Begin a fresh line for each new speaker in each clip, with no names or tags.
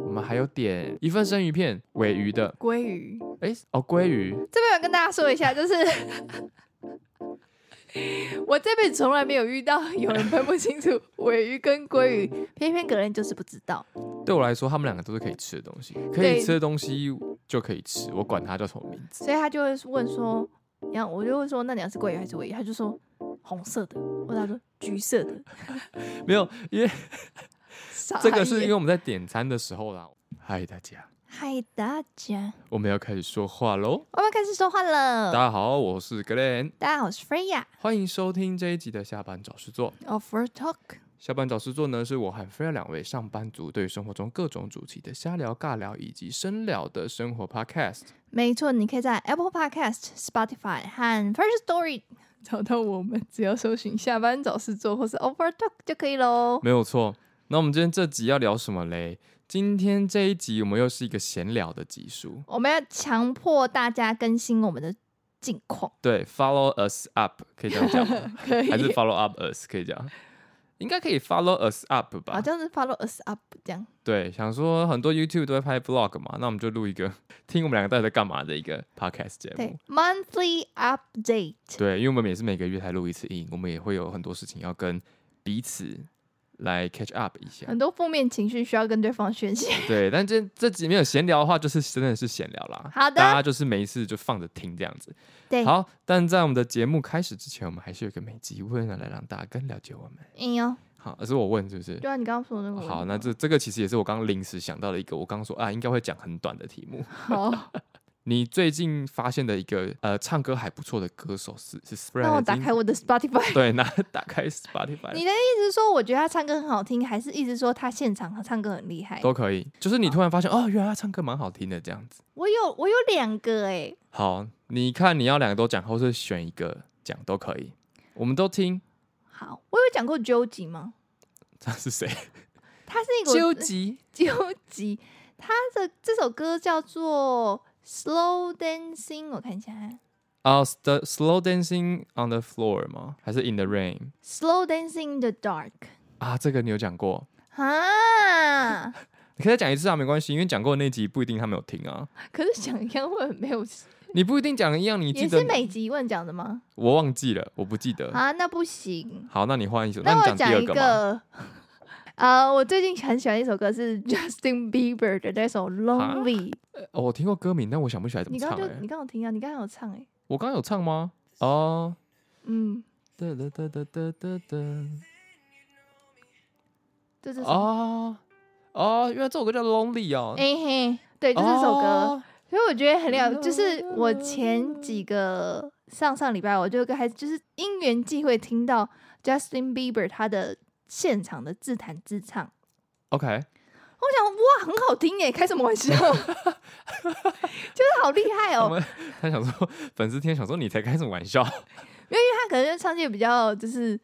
们还有点一份生鱼片，尾鱼的，
鲑鱼。
哎、哦，鲑鱼，
这边有跟大家说一下，就是 我这辈子从来没有遇到有人分不清楚尾鱼跟鲑鱼，偏偏格人就是不知道。
对我来说，他们两个都是可以吃的东西，可以
对
吃的东西就可以吃，我管它叫什么名字。
所以他就会问说，然后我就会说，那你要吃鲑鱼还是尾鱼？他就说红色的，或者他说橘色的。
没有，因为
傻
这个是因为
眼
我们在点餐的时候啦。嗨，大家，
嗨大家，
我们要开始说话喽。
我们开始说话
大
了。
家好，我是 Glen，
大家好，我是 Freya
欢迎收听这一集的下班找事做。
of First Talk。
下班找事做呢，是我和 Freya 两位上班族对于生活中各种主题的瞎聊、尬聊以及深聊的生活 Podcast。
没错，你可以在 Apple Podcast、Spotify 和 First Story 找到我们，只要搜寻“下班找事做”或是 “Over Talk” 就可以喽。
没有错。那我们今天这集要聊什么嘞？今天这一集我们又是一个闲聊的集数，
我们要强迫大家更新我们的近况，
对，follow us up 可以这样讲吗，
可以
还是 follow up us 可以讲？应该可以 follow us up 吧
好？像是 follow us up 这样。
对，想说很多 YouTube 都会拍 vlog 嘛，那我们就录一个听我们两个到底在干嘛的一个 podcast 节
对
目。
，monthly update。
对，因为我们也是每个月才录一次音，我们也会有很多事情要跟彼此来 catch up 一下。
很多负面情绪需要跟对方宣泄。
对，但这这集没有闲聊的话，就是真的是闲聊啦。
好的
大家就是没事就放着听这样子。
对，
好，但在我们的节目开始之前，我们还是有一个每集问啊，来让大家更了解我们。
嗯哟，
好，是我问是不是？
对啊，你刚刚说的那个问题。
好，那这这个其实也是我刚刚临时想到的一个，我刚刚说啊，应该会讲很短的题目。
好，
你最近发现的一个呃，唱歌还不错的歌手是是 s p r e a
让我打开我的 Spotify。
对，拿 打开 Spotify
你的意思是说，我觉得他唱歌很好听，还是一直说他现场唱歌很厉害？
都可以。就是你突然发现哦，原来他唱歌蛮好听的这样子。
我有我有两个哎、
好，你看你要两个都讲，或是选一个讲都可以，我们都听。
好，我有讲过究极吗？
他是谁？
他是一个
究 极。
究极，他的这首歌叫做《Slow Dancing》，我看一下啊，
哦、s t h e slow dancing on the floor 吗？还是 in the rain？
《Slow Dancing in the Dark》
啊，这个你有讲过，
啊，
你可以再讲一次啊，没关系，因为讲过的那集不一定他没有听 啊，
可是讲一样会很没有，
你不一定讲一样，你记
也
得
是每集问讲的吗？
我忘记了，我不记得。
啊，那不行，
好，那你换一首，
那
你
我
讲第
讲
二
一
嘛。
个。呃，我最近很喜欢一首歌是 Justin Bieber 的那首《Lonely》，
哦，我听过歌名，但我想不起来怎么
你刚
唱、
刚就
欸
你。刚刚有听啊，你刚刚有唱哎、
我刚刚有唱吗？哦、
嗯，
哒哒哒哒哒哒哒，
就是什么
哦哦，原来这首歌叫 Lonely 哦。
哎、嘿，对，就是这首歌。
哦
所以我觉得很
嗯
了，就是我前几个上上礼拜，我就跟还就是因缘际会听到 Justin Bieber 他的现场的自弹自唱，
OK，
我想哇，很好听耶，开什 么玩笑？就是好厉害
我
哦，
们他想说，粉丝听想说你才开什么玩笑？
他可能就唱些比较就是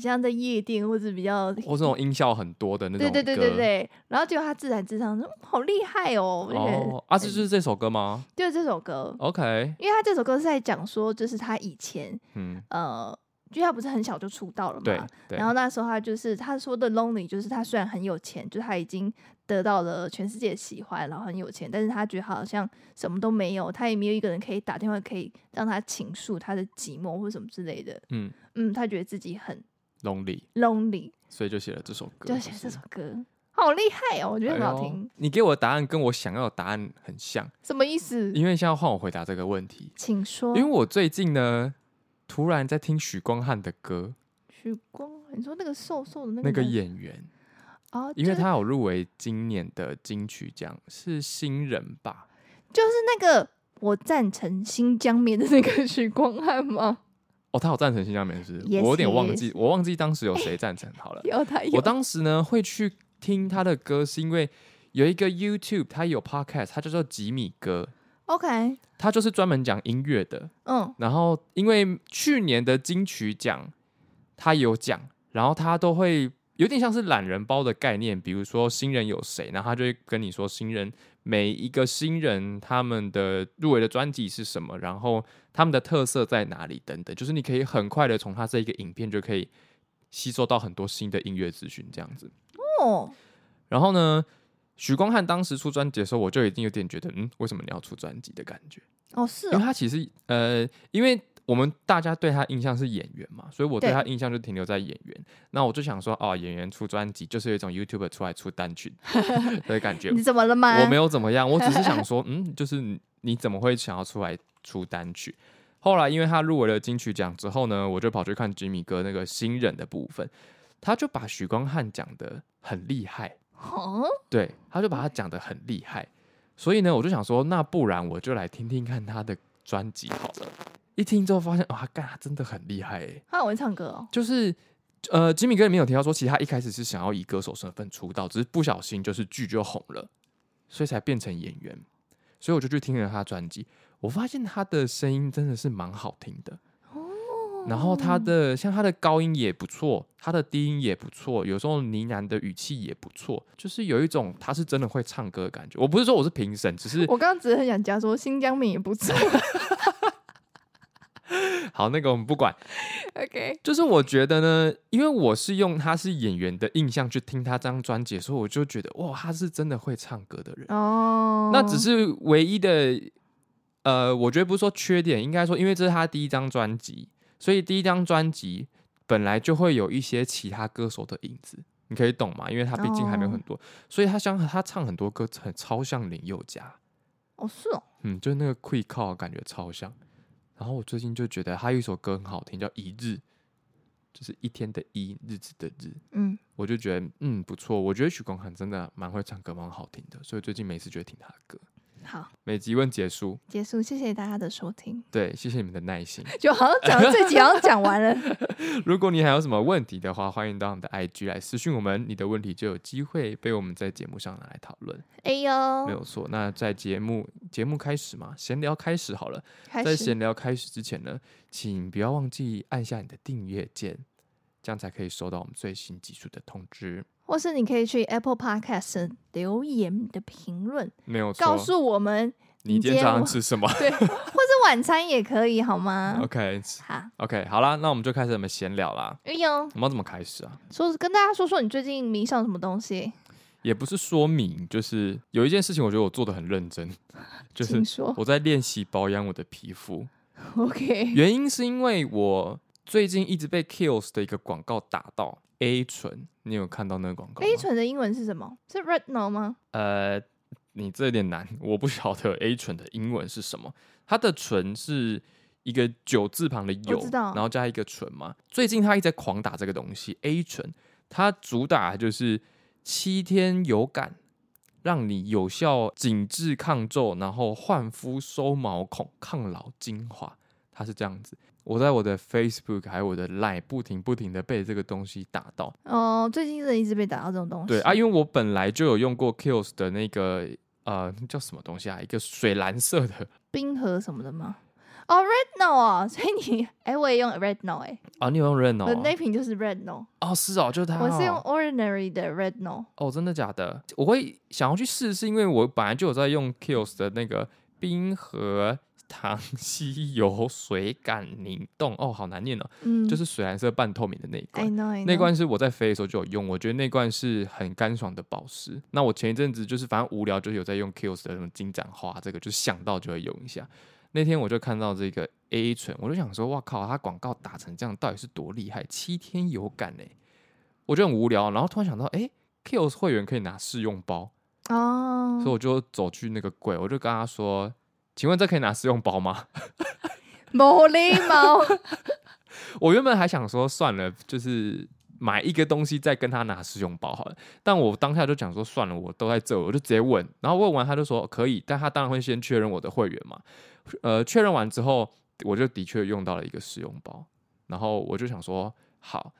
像在夜店或者比较。
或是那种音效很多的那种
对
歌。
对对对对，然后结果他自弹自唱，说嗯好厉害哦！我就觉得
哦，啊，这就是这首歌吗
就是这首歌，
？OK，
因为他这首歌是在讲说，就是他以前
嗯，
呃，就他不是很小就出道了嘛，
对对
然。后那时候他就是他说的 lonely，就是他虽然很有钱，就是他已经得到了全世界的喜欢，然后很有钱，但是他觉得好像什么都没有，他也没有一个人可以打电话可以让他倾诉他的寂寞或什么之类的。
嗯
嗯，他觉得自己很
，Lonely，
lonely，
所以就写了这首歌，
就写这首歌，好厉害哦，我觉得很好听。
哎
嗯
呦你给我的答案跟我想要的答案很像，
什么意思？
因为现在换我回答这个问题，
请说
因。为我最近呢，突然在听许光汉的歌，
许光，你说那个瘦瘦的那个
那个
人
演员，
哦，
因为
就是
他有入围今年的金曲奖，是新人吧？
就是那个我赞成新疆棉的那个 许光汉吗？
哦，他有赞成新疆棉是不是
Yes,
我有点忘记，我忘记当时有谁赞成好了。
有他有，
我当时呢会去听他的歌，是因为有一个 YouTube，他有 Podcast，他叫做吉米哥，
OK，
他就是专门讲音乐的。
嗯，
然后因为去年的金曲奖他有奖，然后他都会有点像是懒人包的概念，比如说新人有谁，然后他就会跟你说新人每一个新人他们的入围的专辑是什么，然后他们的特色在哪里等等，就是你可以很快的从他这一个影片就可以吸收到很多新的音乐资讯这样子。
哦，
然后呢，许光汉当时出专辑的时候，我就已经有点觉得，嗯，为什么你要出专辑的感觉？
哦，是
因为
哦，
他其实呃，因为我们大家对他印象是演员嘛，所以我对
对
他印象就停留在演员。那我就想说，哦，演员出专辑就是有一种 YouTube 出来出单 曲的感觉。
你怎么了吗？
我没有怎么样，我只是想说，嗯，就是你你怎么会想要出来出单曲？后来因为他入围了金曲奖之后呢，我就跑去看吉米哥那个新人的部分，他就把许光汉讲的很厉害，
哦，
对，他就把他讲的很厉害，所以呢，我就想说，那不然我就来听听看他的专辑好了。一听之后发现，哇、干，他真的很厉害、欸，
他很会唱歌哦。
就是。呃，吉米哥里面有提到说，其实他一开始是想要以歌手身份出道，只是不小心就是剧就红了，所以才变成演员。所以我就去听了他专辑，我发现他的声音真的是蛮好听的。然后他的像他的高音也不错，他的低音也不错，有时候呢喃的语气也不错，就是有一种他是真的会唱歌的感觉。我不是说我是评审，只是
我刚刚只是很想加说新疆棉也 不错。
好那个我们不管。
OK，
就是我觉得呢，因为我是用他是演员的印象去听他这张专辑，所以我就觉得哇，他是真的会唱歌的人。
哦，
那只是唯一的，呃，我觉得不是说缺点，应该说，因为这是他第一张专辑，所以第一张专辑本来就会有一些其他歌手的影子，你可以懂吗？因为他毕竟还没有很多，所以他像他唱很多歌很超像林宥嘉，
哦是哦，
嗯，就是那个 quick call 感觉超像。然后我最近就觉得他有一首歌很好听，叫《一日》，就是一天的一，日子的日。
嗯，
我就觉得嗯不错，我觉得许光汉真的蛮会唱歌，蛮好听的，所以最近每次就会听他的歌。
好，
每集问结束，
结束，谢谢大家的收听。
对，谢谢你们的耐心。
就好像讲这 集好像讲完了，
如果你还有什么问题的话，欢迎到我们的 IG 来私讯我们，你的问题就有机会被我们在节目上拿来讨论，
哎
没
呦，
有错。那在节目节目开始嘛，闲聊开始好了。
开
在
始
闲聊开始之前呢，请不要忘记按下你的订阅键，这样才可以收到我们最新技术的通知。
或是你可以去 Apple Podcast 留言你的评论，
没有错，
告诉我们，
你今
你今
天
天
早上
我嗯
吃什 么
对，或是晚餐也可以好吗？
？OK
好，
OK，好啦，那我们就开始我们闲聊啦。
哎呦，
我们要怎么开始啊？
说跟大家说说你最近迷上什么东西，
也不是说明，就是有一件事情，我觉得我做的很认真，就是
请说。
我在练习保养我的皮肤，
OK，
原因是因为我最近一直被 Kills 的一个广告打到 A 醇，你有看到那个广告吗
A 醇的英文是什么？是 retinol 吗？
呃，你这有点难，我不晓得 A 醇的英文是什么。它的醇是一个九字旁的
我
铀
知，道
然后加一个醇嘛。最近他一直在狂打这个东西 A 醇，它主打就是七天有感，让你有效紧致抗皱，然后焕肤收毛孔、抗老精华，它是这样子。我在我的 Facebook 还有我的 Line 不停不停的被这个东西打到，
哦，最近真的一直被打到这种东西。
对啊，因为我本来就有用过 Kills 的那个呃那叫什么东西啊，一个水蓝色 的
冰河什么的吗？哦，retinol 哦，所以你哎、我也用 retinol 哎、
啊，你有用 Reno
我那
哦
瓶就是 retinol，、
哦，是哦，就是它、哦，
我是用 ordinary 的 retinol。
哦，真的假的？我会想要去试，是因为我本来就有在用 Kills 的那个冰河糖吸油水感凝冻，哦，好难念哦，
嗯，
就是水蓝色半透明的那一罐
I。know I know
那罐是我在飞的时候就有用，我觉得那罐是很干爽的保湿。那我前一阵子就是反正无聊，就是有在用 Kills 的什么金盏花，这个就是想到就会用一下。那天我就看到这个 A 醇，我就想说，哇靠，它广告打成这样，到底是多厉害？七天有感嘞、我就很无聊，然后突然想到，哎、k i l l s 会员可以拿试用包，
哦，
所以我就走去那个柜，我就跟他说，请问这可以拿试用包吗？
没礼貌。
我原本还想说算了，就是买一个东西再跟他拿试用包好了。但我当下就讲说算了，我都在这，我就直接问。然后问完他就说可以，但他当然会先确认我的会员嘛。呃，确认完之后，我就的确用到了一个试用包。然后我就想说好，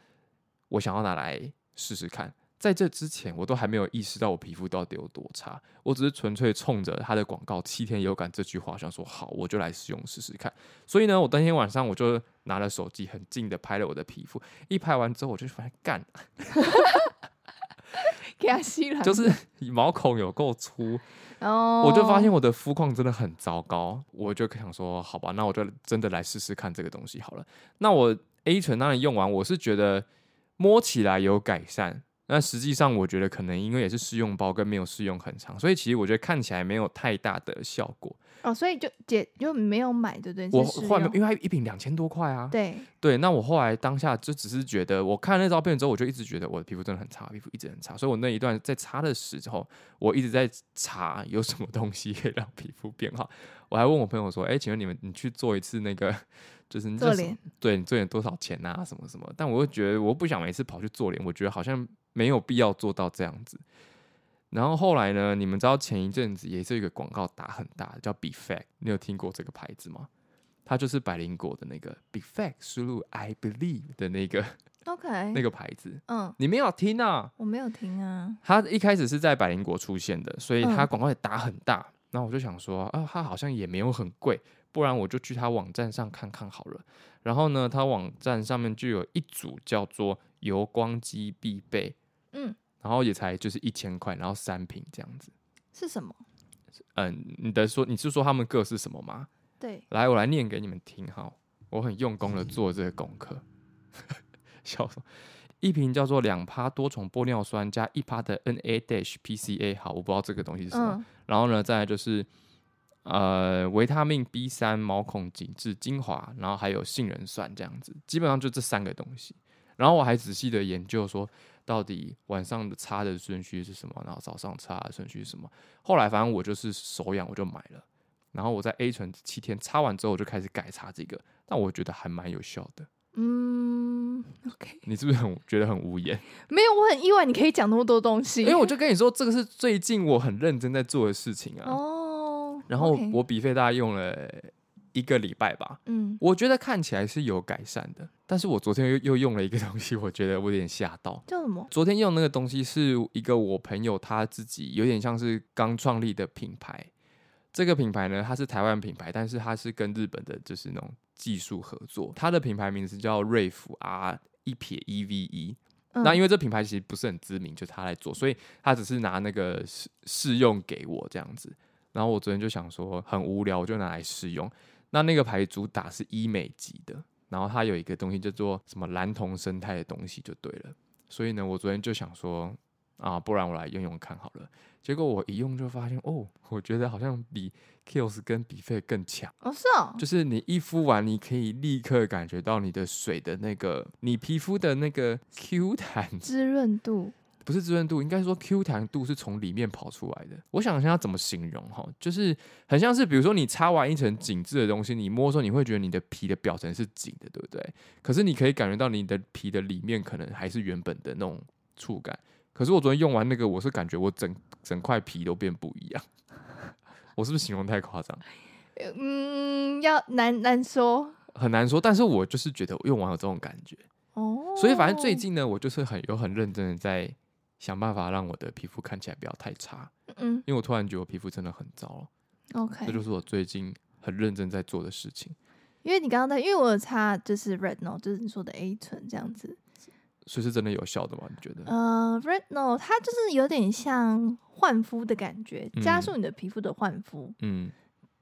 我想要拿来试试看。在这之前，我都还没有意识到我皮肤到底有多差，我只是纯粹冲着他的广告“七天有感”这句话，想说好，我就来试用试试看。所以呢，我当天晚上我就拿了手机，很近的拍了我的皮肤。一拍完之后，我就发现，干，
给他吸了，
就是 毛孔有够粗，
哦，
我就发现我的肤况真的很糟糕。我就想说，好吧，那我就真的来试试看这个东西好了。那我 A 醇当然用完，我是觉得摸起来有改善，那实际上，我觉得可能因为也是试用包跟没有试用很长，所以其实我觉得看起来没有太大的效果。
哦，所以就姐就没有买，对不对？
我
是试
后来
用
因为它一瓶两千多块啊，
对，
对，那我后来当下就只是觉得，我看那照片之后，我就一直觉得我的皮肤真的很差，皮肤一直很差。所以我那一段在擦的时候，我一直在查有什么东西可以让皮肤变好。我还问我朋友说：“哎、请问你们你去做一次那个，就是你
做
这什么
脸，
对你做脸多少钱啊？什么什么？”但我又觉得我不想每次跑去做脸，我觉得好像没有必要做到这样子。然后后来呢？你们知道前一阵子也是有一个广告打很大的，叫 Be Fact，你有听过这个牌子吗？它就是百灵果的那个 Be Fact 输入 I Believe 的那个
OK，
那个牌子，
嗯，
你没有听啊？
我没有听啊，
它一开始是在百灵果出现的，所以
嗯
它广告也打很大。那、我就想说，啊，它好像也没有很贵，不然我就去它网站上看看好了。然后呢，它网站上面就有一组叫做油光肌必备，
嗯，
然后也才就是一千块，然后三瓶这样子。
是什么？
嗯，你的说你是说他们各是什么吗？
对，
来，我来念给你们听哈。我很用功的做这个功课， 笑死！一瓶叫做两趴多重玻尿酸加一趴的 NA dash PCA，好，我不知道这个东西是什么。
嗯
然后呢，再来就是呃维他命 B 三、毛孔紧致精华，然后还有杏仁酸这样子，基本上就这三个东西。然后我还仔细的研究说，到底晚上的擦的顺序是什么，然后早上擦的顺序是什么。后来反正我就是手痒，我就买了。然后我在 A 醇七天擦完之后，我就开始改擦这个，但我觉得还蛮有效的。
嗯，OK，
你是不是很觉得很无言？
没有，我很意外，你可以讲那么多东西，
因为我就跟你说，这个是最近我很认真在做的事情啊。
哦，
然后
OK，
我笔费大概用了一个礼拜吧，
嗯，
我觉得看起来是有改善的。但是我昨天又又用了一个东西， 我觉得我有点吓到。
叫什么？
昨天用那个东西是一个我朋友他自己有点像是刚创立的品牌，这个品牌呢它是台湾品牌，但是它是跟日本的就是那种技术合作，它的品牌名字叫瑞芙 R 一撇一 V E 一。那因
为
为这品牌其实不是很知名，就他来做，所以他只是拿那个试试用给我这样子。然后我昨天就想说很无聊，我就拿来试用。那那个牌主打是医美级的，然后它有一个东西叫做什么蓝铜生态的东西就对了。所以呢，我昨天就想说啊，不然我来用用看好了。结果我一用就发现哦，我觉得好像比 Kills 跟比费更强。
哦是哦，
就是你一敷完，你可以立刻感觉到你的水的那个，你皮肤的那个 Q 弹，
滋润度，
不是滋润度，应该说 Q 弹度是从里面跑出来的。我想一下怎么形容哈，就是很像是比如说你擦完一层紧致的东西，你摸的时候你会觉得你的皮的表层是紧的，对不对？可是你可以感觉到你的皮的里面可能还是原本的那种触感。可是我昨天用完那个，我是感觉我整整块皮都变不一样。 我是不是形容太夸张？
嗯，要难难说
很难说，但是我就是觉得我用完有这种感觉。
哦，
所以反正最近呢，我就是很有很认真的在想办法让我的皮肤看起来不要太差，
嗯
因为我突然觉得我皮肤真的很糟了，
OK，
这就是我最近很认真在做的事情。
因为你刚刚在，因为我有擦就是 retinol，就是你说的 A 醇这样子。
所以是真的有效的吗？你觉得？
呃，retinol 它就是有点像焕肤的感觉，加
嗯
速你的皮肤的焕肤。
嗯，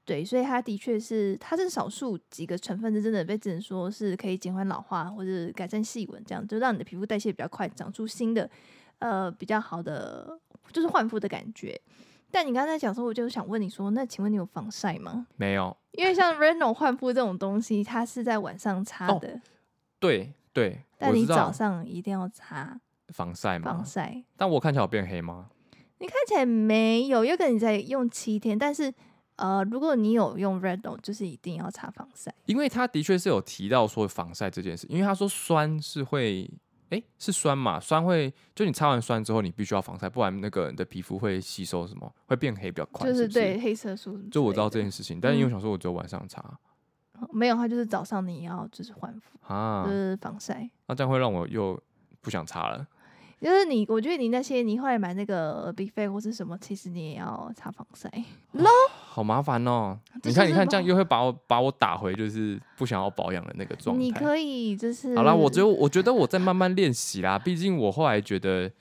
对，所以它的确是，它是少数几个成分是真的被证实说是可以减缓老化或者改善细纹，这样就让你的皮肤代谢比较快，长出新的呃比较好的就是焕肤的感觉。但你刚才讲说，我就想问你说，那请问你有防晒吗？
没有。
因 为像 retinol 焕肤这种东西，它是在晚上擦
哦
的。
对对，
但
我
你
知
早
道嗯
上一定要擦
防晒嘛
防。晒。
但我看起来有变黑吗？
你看起来没有，有可能你在用七天，但是呃，如果你有用 Redo，就是一定要擦防晒。
因为他的确是有提到说防晒这件事，因为他说酸是会，诶，是酸嘛，酸会就你擦完酸之后，你必须要防晒，不然那个你的皮肤会吸收什么，会变黑比较快，
就是是
不
对黑色素，
就我知道这件事情，但
嗯
因为我想说，我只有晚上擦、
没有，它就是早上你要就是焕肤，就
啊，
是防晒。
那这样会让我又不想擦了。
就是你，我觉得你那些你后来买那个 b i f a 或是什么，其实你也要擦防晒。
好麻烦哦！
啊这
你看，
就
你
是
看，这
麻
样又会把我把我打回就是不想要保养的那个状
你
态。
可以就是
好啦，我只有我觉得我在慢慢练习啦，毕竟我后来觉得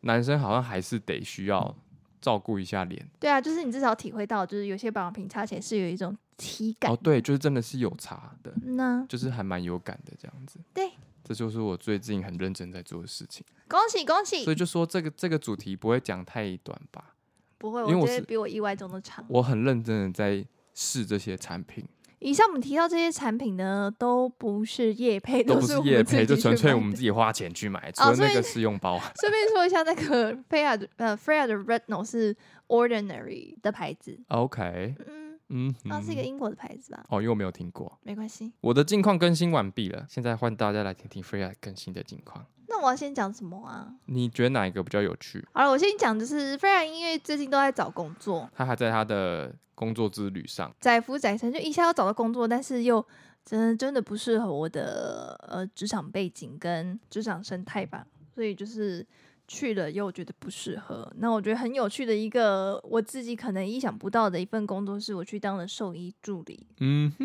男生好像还是得需要照顾一下脸。
对啊，就是你至少体会到，就是有些保养品擦起来是有一种体感。
哦哦，对，就是真的是有差的，
那
就是还蛮有感的这样子。
对，
这就是我最近很认真在做的事情。
恭喜恭喜
所以！就说这个这个主题不会讲太短吧？
不会，我
因为我
觉得
是
比我意外中的长。
我很认真的在试这些产品，
以上我们提到这些产品呢，都不是业配，
都不
是
是
我们
业
自
配，
己
就
去
纯粹
买
我们
的哦
自己花钱去买，除了
所以
那个试用包。啊
顺便说一下，那个 Freya 的呃 Freya 的 Retinol 是 Ordinary 的牌子，
OK，
嗯，
嗯，
那是一个
嗯
英国的牌子吧？
哦，因为我没有听过。
没关系。
我的近况更新完毕了，现在换大家来听听 Freya 更新的近况。
那我要先讲什么啊？
你觉得哪一个比较有趣？
好了，我先讲，就是 Freya 因为最近都在找工作，
他还在他的工作之旅上，
载浮载沉，就一下要找到工作，但是又真的真的不适合我的呃职场背景跟职场生态吧，所以就是去了又觉得不适合。那我觉得很有趣的一个我自己可能意想不到的一份工作，是我去当了兽医助理。
嗯哼，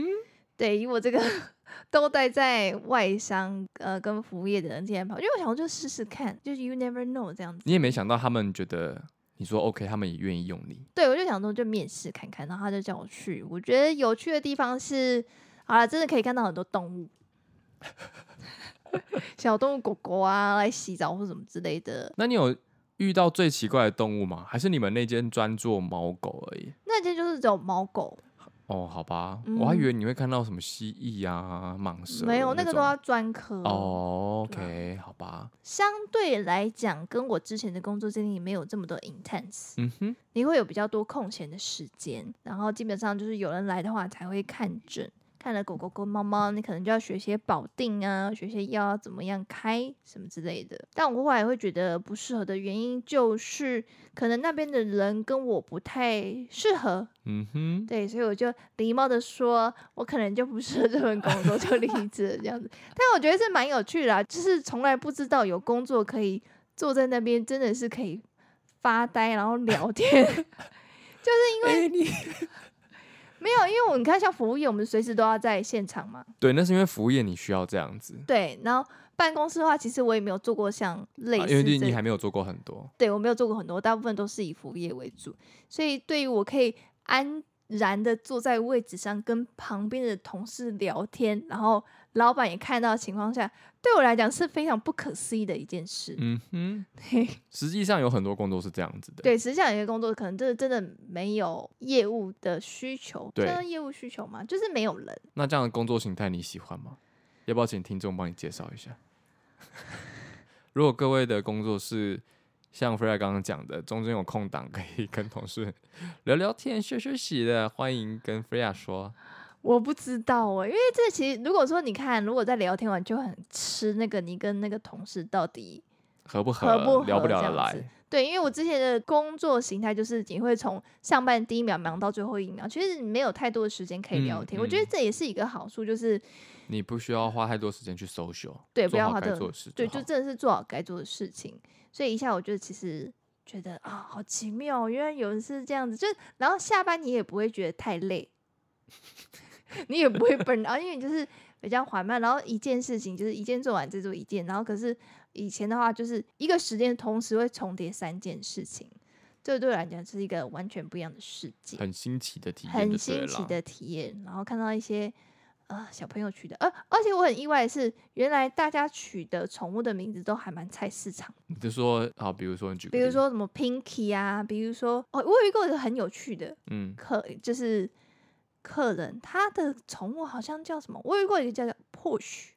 对，以我这个 都待在外商呃跟服务业的人这样跑，因为我想我就试试看，就是 you never know 这样子。
你也没想到他们觉得你说 OK，他们也愿意用你。
对，我就想说就面试看看，然后他就叫我去。我觉得有趣的地方是，好了，真的可以看到很多动物， 小动物狗狗啊，来洗澡或什么之类的。
那你有遇到最奇怪的动物吗？还是你们那间专做猫狗而已？
那间就是只有猫狗，
哦，好吧，
嗯
我还以为你会看到什么蜥蜴啊、蟒蛇，
没有那
那
个都
种
要啊专科。
哦，OK，好吧，
相对来讲，跟我之前的工作经历没有这么多 intense。
嗯哼，
你会有比较多空闲的时间，然后基本上就是有人来的话才会看诊。看了狗狗跟猫猫，你可能就要学些保定啊，学些药要怎么样开什么之类的。但我后来会觉得不适合的原因，就是可能那边的人跟我不太适合，
嗯哼，
对，所以我就礼貌的说，我可能就不适合这份工作，就离职了这样子。但我觉得是蛮有趣的、啊，就是从来不知道有工作可以坐在那边，真的是可以发呆，然后聊天。
因为你
没有，因为我你看，像服务业，我们随时都要在现场嘛。
对，那是因为服务业你需要这样子，
对，然后办公室的话，其实我也没有做过像类
啊
似
因为你
这
你还没有做过很多，
对我没有做过很多，大部分都是以服务业为主，所以对于我可以安然的坐在位置上跟旁边的同事聊天，然后老板也看到的情况下，对我来讲是非常不可思议的一件事。
嗯哼，
嘿
实际上有很多工作是这样子的，
对，实际上有些工作可能真的真的没有业务的需求，
对
算是业务需求嘛，就是没有人。
那这样的工作形态你喜欢吗？要不要请听众帮你介绍一下？ 如果各位的工作是像 Freya 刚刚讲的，中间有空档可以跟同事聊聊天、休休息的，欢迎跟 Freya 说。
我不知道哦、因为这其实如果说你看，如果在聊天完就很吃那个你跟那个同事到底
合不合？
合不合
聊不聊得
这样子
来？
对，因为我之前的工作形态就是你会从上班第一秒忙到最后一秒，其实你没有太多的时间可以聊
嗯
天。我觉得
嗯
这也是一个好处，就是
你不需要花太多时间去 social，
对不
做
要
好
花
该
的
做的事
对，
好
就真的是做好该做的事情。所以一下我就其实觉得啊、好奇妙哦，原来有人是这样子。就然后下班你也不会觉得太累，你也不 会 burn out，因为你就是比较缓慢，然后一件事情就是一件做完再做一件，然后可是以前的话就是一个时间同时会重叠三件事情，这对我来讲是一个完全不一样的世界。
很新奇的体验，
很新奇。的体验，然后看到一些呃小朋友取的，呃，而且我很意外的是，原来大家取的宠物的名字都还蛮菜市场的，
你就说好，比如说你举个
比
例，
如说什么 Pinky 啊，比如说哦，我有一个很有趣的
嗯，
客，就是客人他的宠物好像叫什么，我有遇过一个叫叫 Porsche，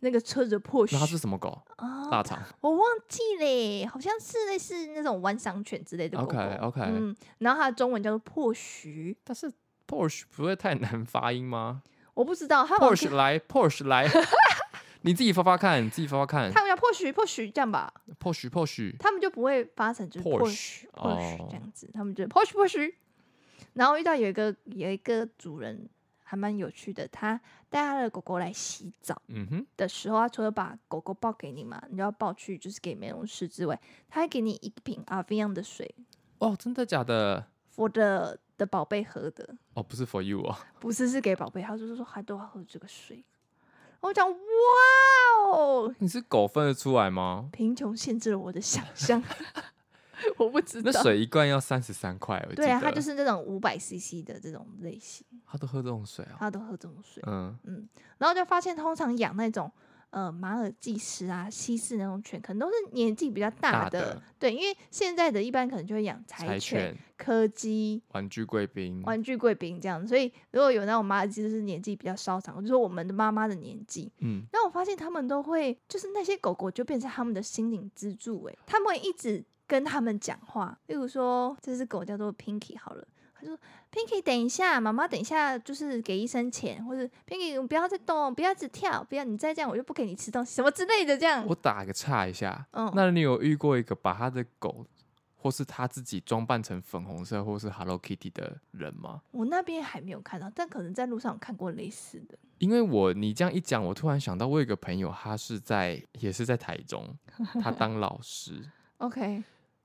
那个车子 Porsche，
那它是什么狗？
啊、
腊肠。
我忘记嘞，好像是类似那种玩赏犬之类的狗狗
OK，OK
嗯，然后它的中文叫做破徐，
但是 Porsche 不会太难发音 吗
我不知道它好像
？Porsche 来，Porsche 来， 你自己发发看，你自己发发看
他们叫破许破许这样吧，
，Porsche Porsche，
他们就不会发成就是
Porsche，
破许破许
哦
这样子，他们就破许破许。然后遇到有一个有一个主人还蛮有趣的，他带他的狗狗来洗澡
嗯哼，
的时候，他除了把狗狗抱给你嘛，你就要抱去就是给美容师之外，他还给你一瓶阿菲样的水
哦，真的假的？
，for 的的宝贝喝的，
哦，不是 for you 哦，
不是是给宝贝，他就是说他都要喝这个水。我讲哇哦，
你是狗分得出来吗？
贫穷限制了我的想象， 我不知道
那。水一罐要三十三块，我记得。
对啊，他就是那种五百 CC 的这种类型，
他都喝这种水哦。
他都喝这种水。
嗯，
然后就发现，通常养那种呃马尔济斯啊、西式那种犬，可能都是年纪比较大
大
的，
的
对，因为现在的一般可能就会养
柴
柴犬、
犬、嗯
柯基、
玩具贵宾，
玩具贵宾这样，所以如果有那种马尔济斯是年纪比较稍长，就是我们的妈妈的年纪，
嗯，
那我发现他们都会，就是那些狗狗就变成他们的心灵支柱、欸，他们会一直跟他们讲话。例如说，这只狗叫做 Pinky 好了，他就说 Pinky 等一下，妈妈等一下就是给医生钱，或者 Pinky 不要再动，不要一直跳，不要你再这样我就不给你吃东西什么之类的这样。
我打个岔一下，
嗯，
那你有遇过一个把他的狗或是他自己装扮成粉红色或是 Hello Kitty 的人吗？
我那边还没有看到，但可能在路上有看过类似的。
因为我你这样一讲，我突然想到，我有一个朋友，他是在也是在台中，他当老师。
OK，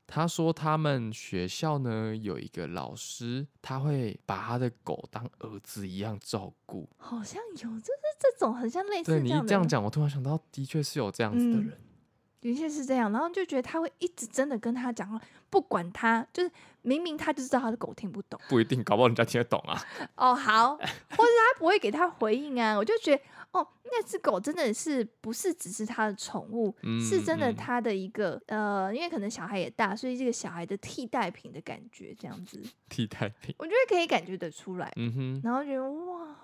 他说他们学校呢有一个老师，他会把他的狗当儿子一样照顾。
好像有，就是这种很像类似
对
这
你
样
一
的
这样讲，我突然想到，的确是有这样子的
嗯
人。
的确是这样，然后就觉得他会一直真的跟他讲话，不管他，就是明明他就知道他的狗听不懂，
不一定，搞不好人家听得懂啊。
哦好，或者他不会给他回应啊，我就觉得哦，那只狗真的是不是只是他的宠物，
嗯
是真的
嗯
他的一个呃，因为可能小孩也大，所以这个小孩的替代品的感觉这样子，
替代品。
我觉得可以感觉得出来，
嗯哼，
然后觉得哇。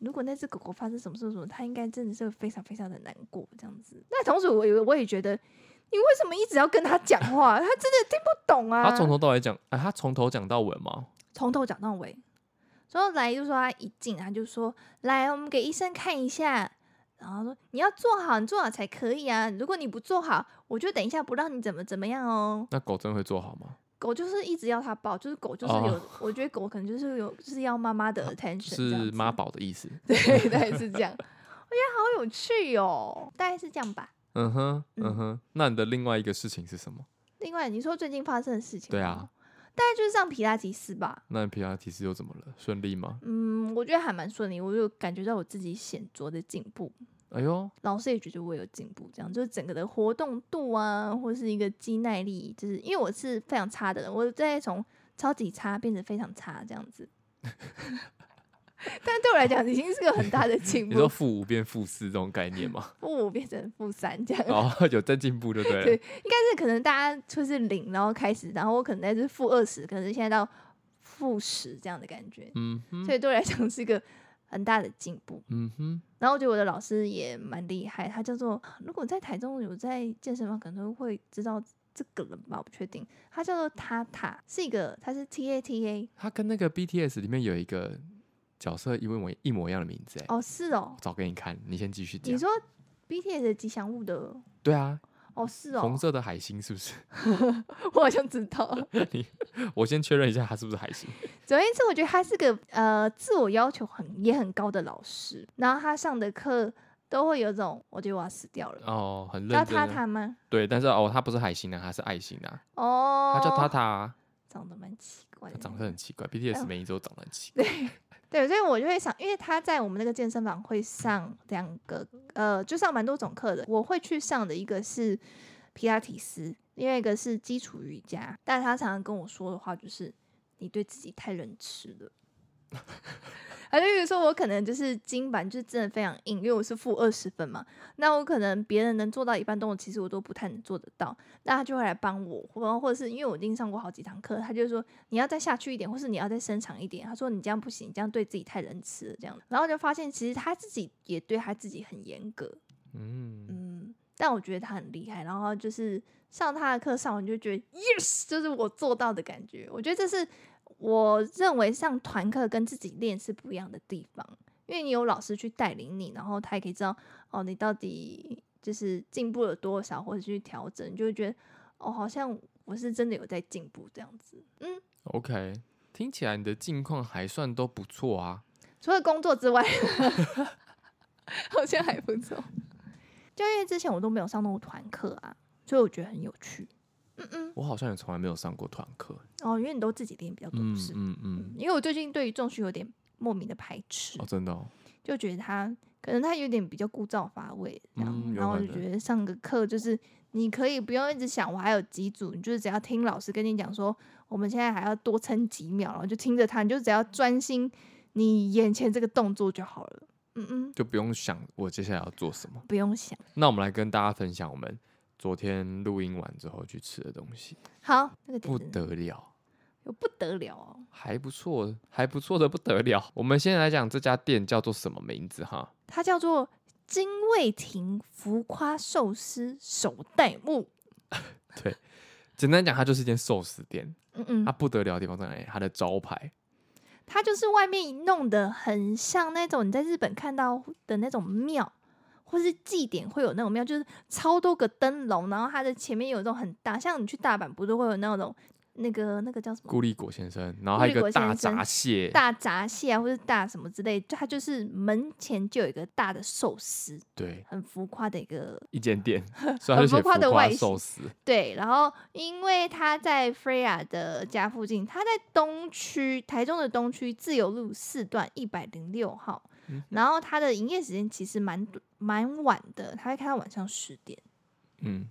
如果那只狗狗发生什么事什么，它应该真的是会非常非常的难过这样子。那同时我也我也觉得，你为什么一直要跟它讲话？它真的听不懂啊！
他从头到尾讲，哎、他从头讲到尾吗？
从头讲到尾，然后来就说他一进，他就说来我们给医生看一下，然后说你要做好，你做好才可以啊。如果你不做好，我就等一下不让你怎么怎么样哦。
那狗真的会做好吗？
狗就是一直要它抱，就是狗就是有，我觉得狗可能就是有就是要妈妈的 attention，这样
哦是
子
妈宝的意思。
对对，是这样。我觉得好有趣哦，大概是这样吧。
嗯哼，
嗯
嗯哼。那你的另外一个事情是什么？
另外，你说最近发生的事情，哦
对啊，
大概就是上皮拉吉斯吧。
那你皮拉提斯又怎么了？顺利 吗？
嗯，我觉得还蛮顺利，我就感觉到我自己显著的进步，
哎呦，
老师也觉得我有进步，这样就是整个的活动度啊，或是一个肌耐力，就是因为我是非常差的人，我在从超级差变得非常差这样子。 但对我来讲，已经是个很大的进
你说
步，
负五变负四这种概念 吗？
负五变成负三这样。
哦，有在进步就对了。
对但是可能大家就是零，然后开始，然后我可能在是负二十，可能现在到负十这样的感觉，
嗯哼，
所以对我来讲是一个很大的进步。
嗯哼，
然后我觉得我的老师也蛮厉害，他叫做如果在台中有在健身房，可能会知道这个人吧，我不确定。他叫做塔塔，是一个他是 T A T A
他跟那个 BTS 里面有一个角色一模一模一样的名字哎、
哦，是哦
我，找给你看，你先继续
你
讲。
说 B T S 的吉祥物的
对啊，
哦，是
红
哦，
色的海星是不 是？
我好像知道。
我先确认一下，他是不是海 星？
总而言之，我觉得他是个呃自我要求很也很高的老师，然后他上的课都会有种我觉得我要死掉了。
哦，很认
叫
真。
塔塔吗？
对，但是哦，他不是海星啊，他是爱心啊，
哦，
他叫塔，塔、啊，
长得蛮奇怪
他
的，
长得很奇怪
哎
，BTS
呦
每一周长得很奇怪。
对，所以我就会想，因为他在我们那个健身房会上两个，呃，就上蛮多种课的。我会去上的一个是皮拉提斯，另外一个是基础瑜伽。但他常常跟我说的话就是，你对自己太仁慈了。啊，就比如说我可能就是金板，就是真的非常硬，因为我是负二十分嘛。那我可能别人能做到一半动作，其实我都不太能做得到。那他就会来帮我，然后或者是因为我已经上过好几堂课，他就说你要再下去一点，或是你要再伸长一点。他说你这样不行，你这样对自己太仁慈了，这样。然后就发现其实他自己也对他自己很严格，
嗯，
嗯，但我觉得他很厉害。然后就是上他的课上完就觉得 yes，就是我做到的感觉。我觉得这是我认为上团课跟自己练是不一样的地方，因为你有老师去带领你，然后他也可以知道哦你到底就是进步了多少，或者去调整，你就会觉得哦好像我是真的有在进步这样子。嗯，
OK，听起来你的近况还算都不错啊。
除了工作之外， 好像还不错。就因为之前我都没有上那种团课啊，所以我觉得很有趣。
我好像也从来没有上过团课。
哦，因为你都自己练比较多，
嗯
是、
嗯嗯，
因为我最近对于重训有点莫名的排斥，
哦，真的哦。
就觉得他可能他有点比较枯燥乏味，然后、
嗯有
然后
可
我就
能
觉得上个课就是你可以不用一直想我还有几组，你就是只要听老师跟你讲说我们现在还要多撑几秒，然后就听着他，你就只要专心你眼前这个动作就好了。嗯嗯，
就不用想我接下来要做什么。
不用想。
那我们来跟大家分享我们昨天录音完之后去吃的东西，
好，那个点
不
子
得了，
有不得了哦。
还不错，还不错的不得了。我们先来讲这家店叫做什么名字哈？
它叫做金味亭浮夸寿司手袋木。
简单讲，它就是一间寿司店。
嗯嗯，
它不得了的地方在哪里？它的招牌，
它就是外面弄得很像那种你在日本看到的那种庙，或是祭典会有那种庙，就是超多个灯笼，然后它的前面有一种很大，像你去大阪不是会有那种那个那个叫什么
顾立果先生，然后还有一个大闸蟹，
大闸蟹啊，或是大什么之类，就它就是门前就有一个大的寿司，
对，
很浮夸的一个
一间 店，所以它就写
浮
浮
夸的外
夸
形
寿司，
对，然后因为他在 Freya 的家附近，他在东区，台中的东区自由路四段一百零六号，
嗯
然后他的营业时间其实蛮蛮晚的，他会开到晚上十点，
嗯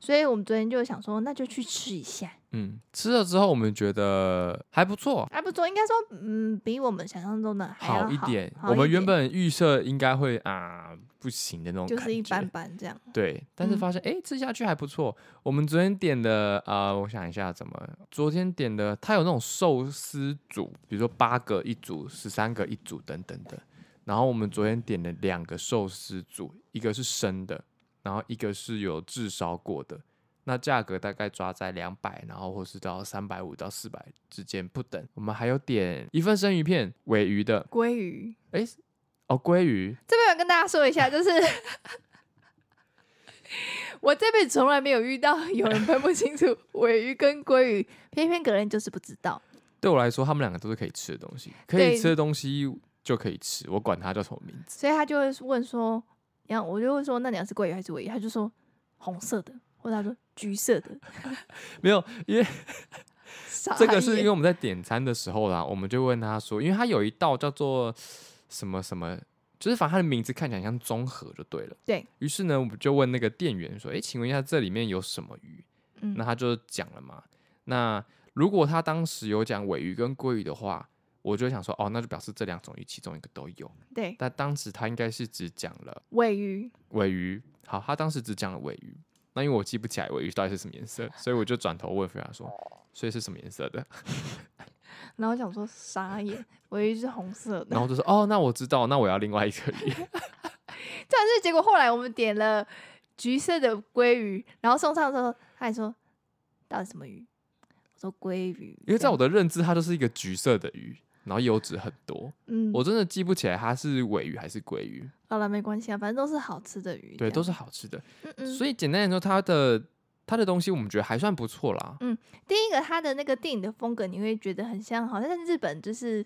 所以我们昨天就想说，那就去吃一下，
嗯。吃了之后，我们觉得还不错，
啊还不错，应该说，嗯，比我们想象中的还要
好一点。
哎好
我们
一
原
点
本预设应该会啊不行的那种
就
感觉，
是一般般这样，
对，但是
嗯
发现哎、诶吃下去还不错。我们昨天点的啊、呃我想一下怎么，昨天点的它有那种寿司组，比如说八个一组、十三个一组等等的。然后我们昨天点了两个寿司组，一个是生的，然后一个是有炙烧过的。那价格大概抓在两百，然后或是到三百五到四百之间不等。我们还有点一份生鱼片，尾鱼的
鲑鱼。
哦，鲑鱼，
这边我跟大家说一下，就是 我这辈子从来没有遇到有人分不清楚 尾鱼跟鲑鱼，偏偏个人就是不知道。
对我来说，他们两个都是可以吃的东西，可
对
以吃的东西就可以吃，我管它叫什么名字。
所以他就会问说，然后我就会说，那你要是鲑鱼还是尾鱼？他就说红色的，或者他说橘色的。
没有，因为
傻
这个是因为
眼
我们在点餐的时候啦，我们就问他说，因为他有一道叫做什么什么，就是反正他的名字看起来像综合就对了。
对
于是呢，我们就问那个店员说：“诶，请问一下，这里面有什么鱼？”
嗯
那他就讲了嘛。那如果他当时有讲尾鱼跟鲑鱼的话，我就会想说，哦，那就表示这两种鱼其中一个都有。
对
但当时他应该是只讲了。
尾鱼，
尾鱼，好，他当时只讲了尾鱼，那因为我记不起来尾鱼到底是什么颜色，所以我就转头问菲亚说，
哦
所以是什么颜色的？
然后我想说傻眼，尾鱼是红色 的
然。后就说，哦，那我知道，那我要另外一个鱼。
但是结果后来我们点了橘色的鲑鱼，然后送上的时候，他还说到底什么鱼？我说鲑鱼，
因为在我
的
的认知，它就是一个橘色的鱼，然后油脂很多，
嗯，
我真的记不起来它是尾鱼还是鲑鱼，
好了没关系啊，反正都是好吃的鱼，
对，
这样
都是好吃的。
嗯嗯。
所以简单来说，它的它的东西我们觉得还算不错啦。
嗯第一个，它的那个电影的风格，你会觉得很像，好像在日本就是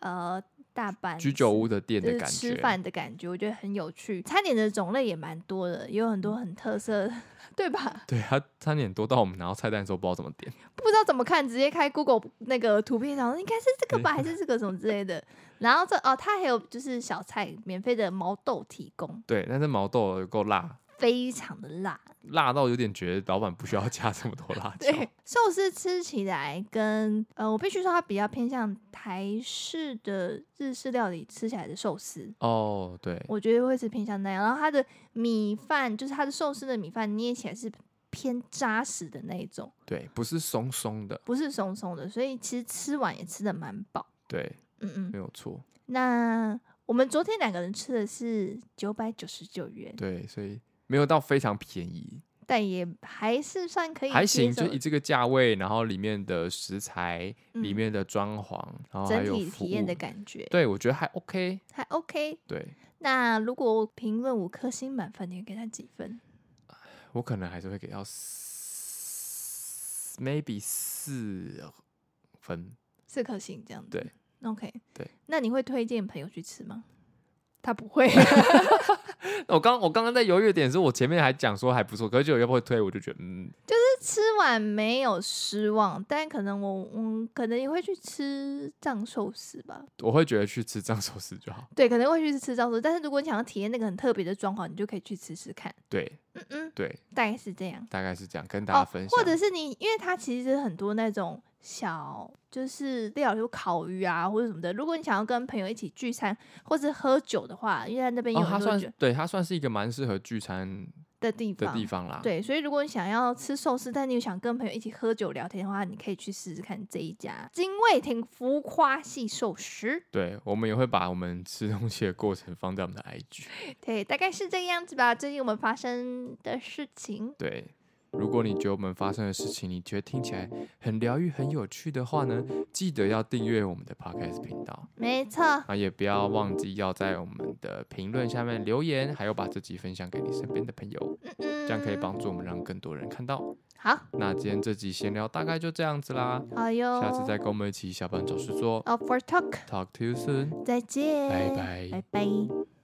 呃大阪
居酒屋的店
就
的
是
感
吃
觉，
饭的感觉，我觉得很有趣。餐点的种类也蛮多的，也有很多很特色， 对吧？
对，它餐点多到我们拿到菜单的时候不知道怎么点。
不知道怎么看，直接开 Google 那个图片，然后应该是这个吧，还是这个什么之类的。然后这哦，它还有就是小菜，免费的毛豆提供，
对，但是毛豆有够辣，
非常的辣。
辣到有点觉得老板不需要加这么多辣椒。
对，寿司吃起来跟呃，我必须说它比较偏向台式的日式料理吃起来的寿司，
哦，对，
我觉得会是偏向那样。然后它的米饭就是它的寿司的米饭捏起来是偏扎实的那一种，
对，不是松松的，
不是松松的，所以其实吃完也吃的蛮饱。
对，
嗯嗯，
没有错，
那我们昨天两个人吃的是九百九十九元，
对，所以没有到非常便宜，
但也还是算可以
还
接
行，
受
就
的，
以这个价位，然后里面的食材、里
嗯
面的装潢，然后还
整
有
体
服
体验
务
的感觉
对我觉得还 OK，
还 OK。
对
那如果我评论五颗星满分，你会给他几分？
我可能还是会给到四 maybe 四分，
四颗星这样子。
对
，OK。
对，
那你会推荐朋友去吃吗？他 不会。
我刚我刚刚在犹豫的点是我前面还讲说还不错，可是就要不会推，我就觉得嗯，
吃完没有失望，但可能我嗯，可能也会去吃藏寿司吧。
我会觉得去吃藏寿司就好，
对，可能会去吃藏寿司，但是如果你想要体验那个很特别的装潢，你就可以去吃吃看。
对
嗯嗯，
对，
大概是这样。哦
大概是这样跟大家分享，
或者是你，因为它其实很多那种小，就是例如烤鱼啊或者什么的。如果你想要跟朋友一起聚餐或者喝酒的话，因为在那边有
哦，它
很多
算
酒
是对它算是一个蛮适合聚餐
的地
的
方。
地方啦。，
对，所以如果你想要吃寿司，但你又想跟朋友一起喝酒聊天的话，你可以去试试看这一家精卫亭浮夸系寿司。
对我们也会把我们吃东西的过程放在我们的 IG。
对，大概是这个样子吧。最近我们发生的事情，
对，如果你觉得我们发生的事情，你觉得听起来很疗愈、很有趣的话呢，记得要订阅我们的 Podcast 频道，
没错，
啊，也不要忘记要在我们的评论下面留言，还有把这集分享给你身边的朋友，
嗯
这
嗯，
样可以帮助我们让更多人看到。
好，
那今天这集闲聊大概就这样子啦，
好哦哟，
下次再跟我们一起下班找事做
Up for talk，
，Talk to you soon，
再见，
拜拜
拜。拜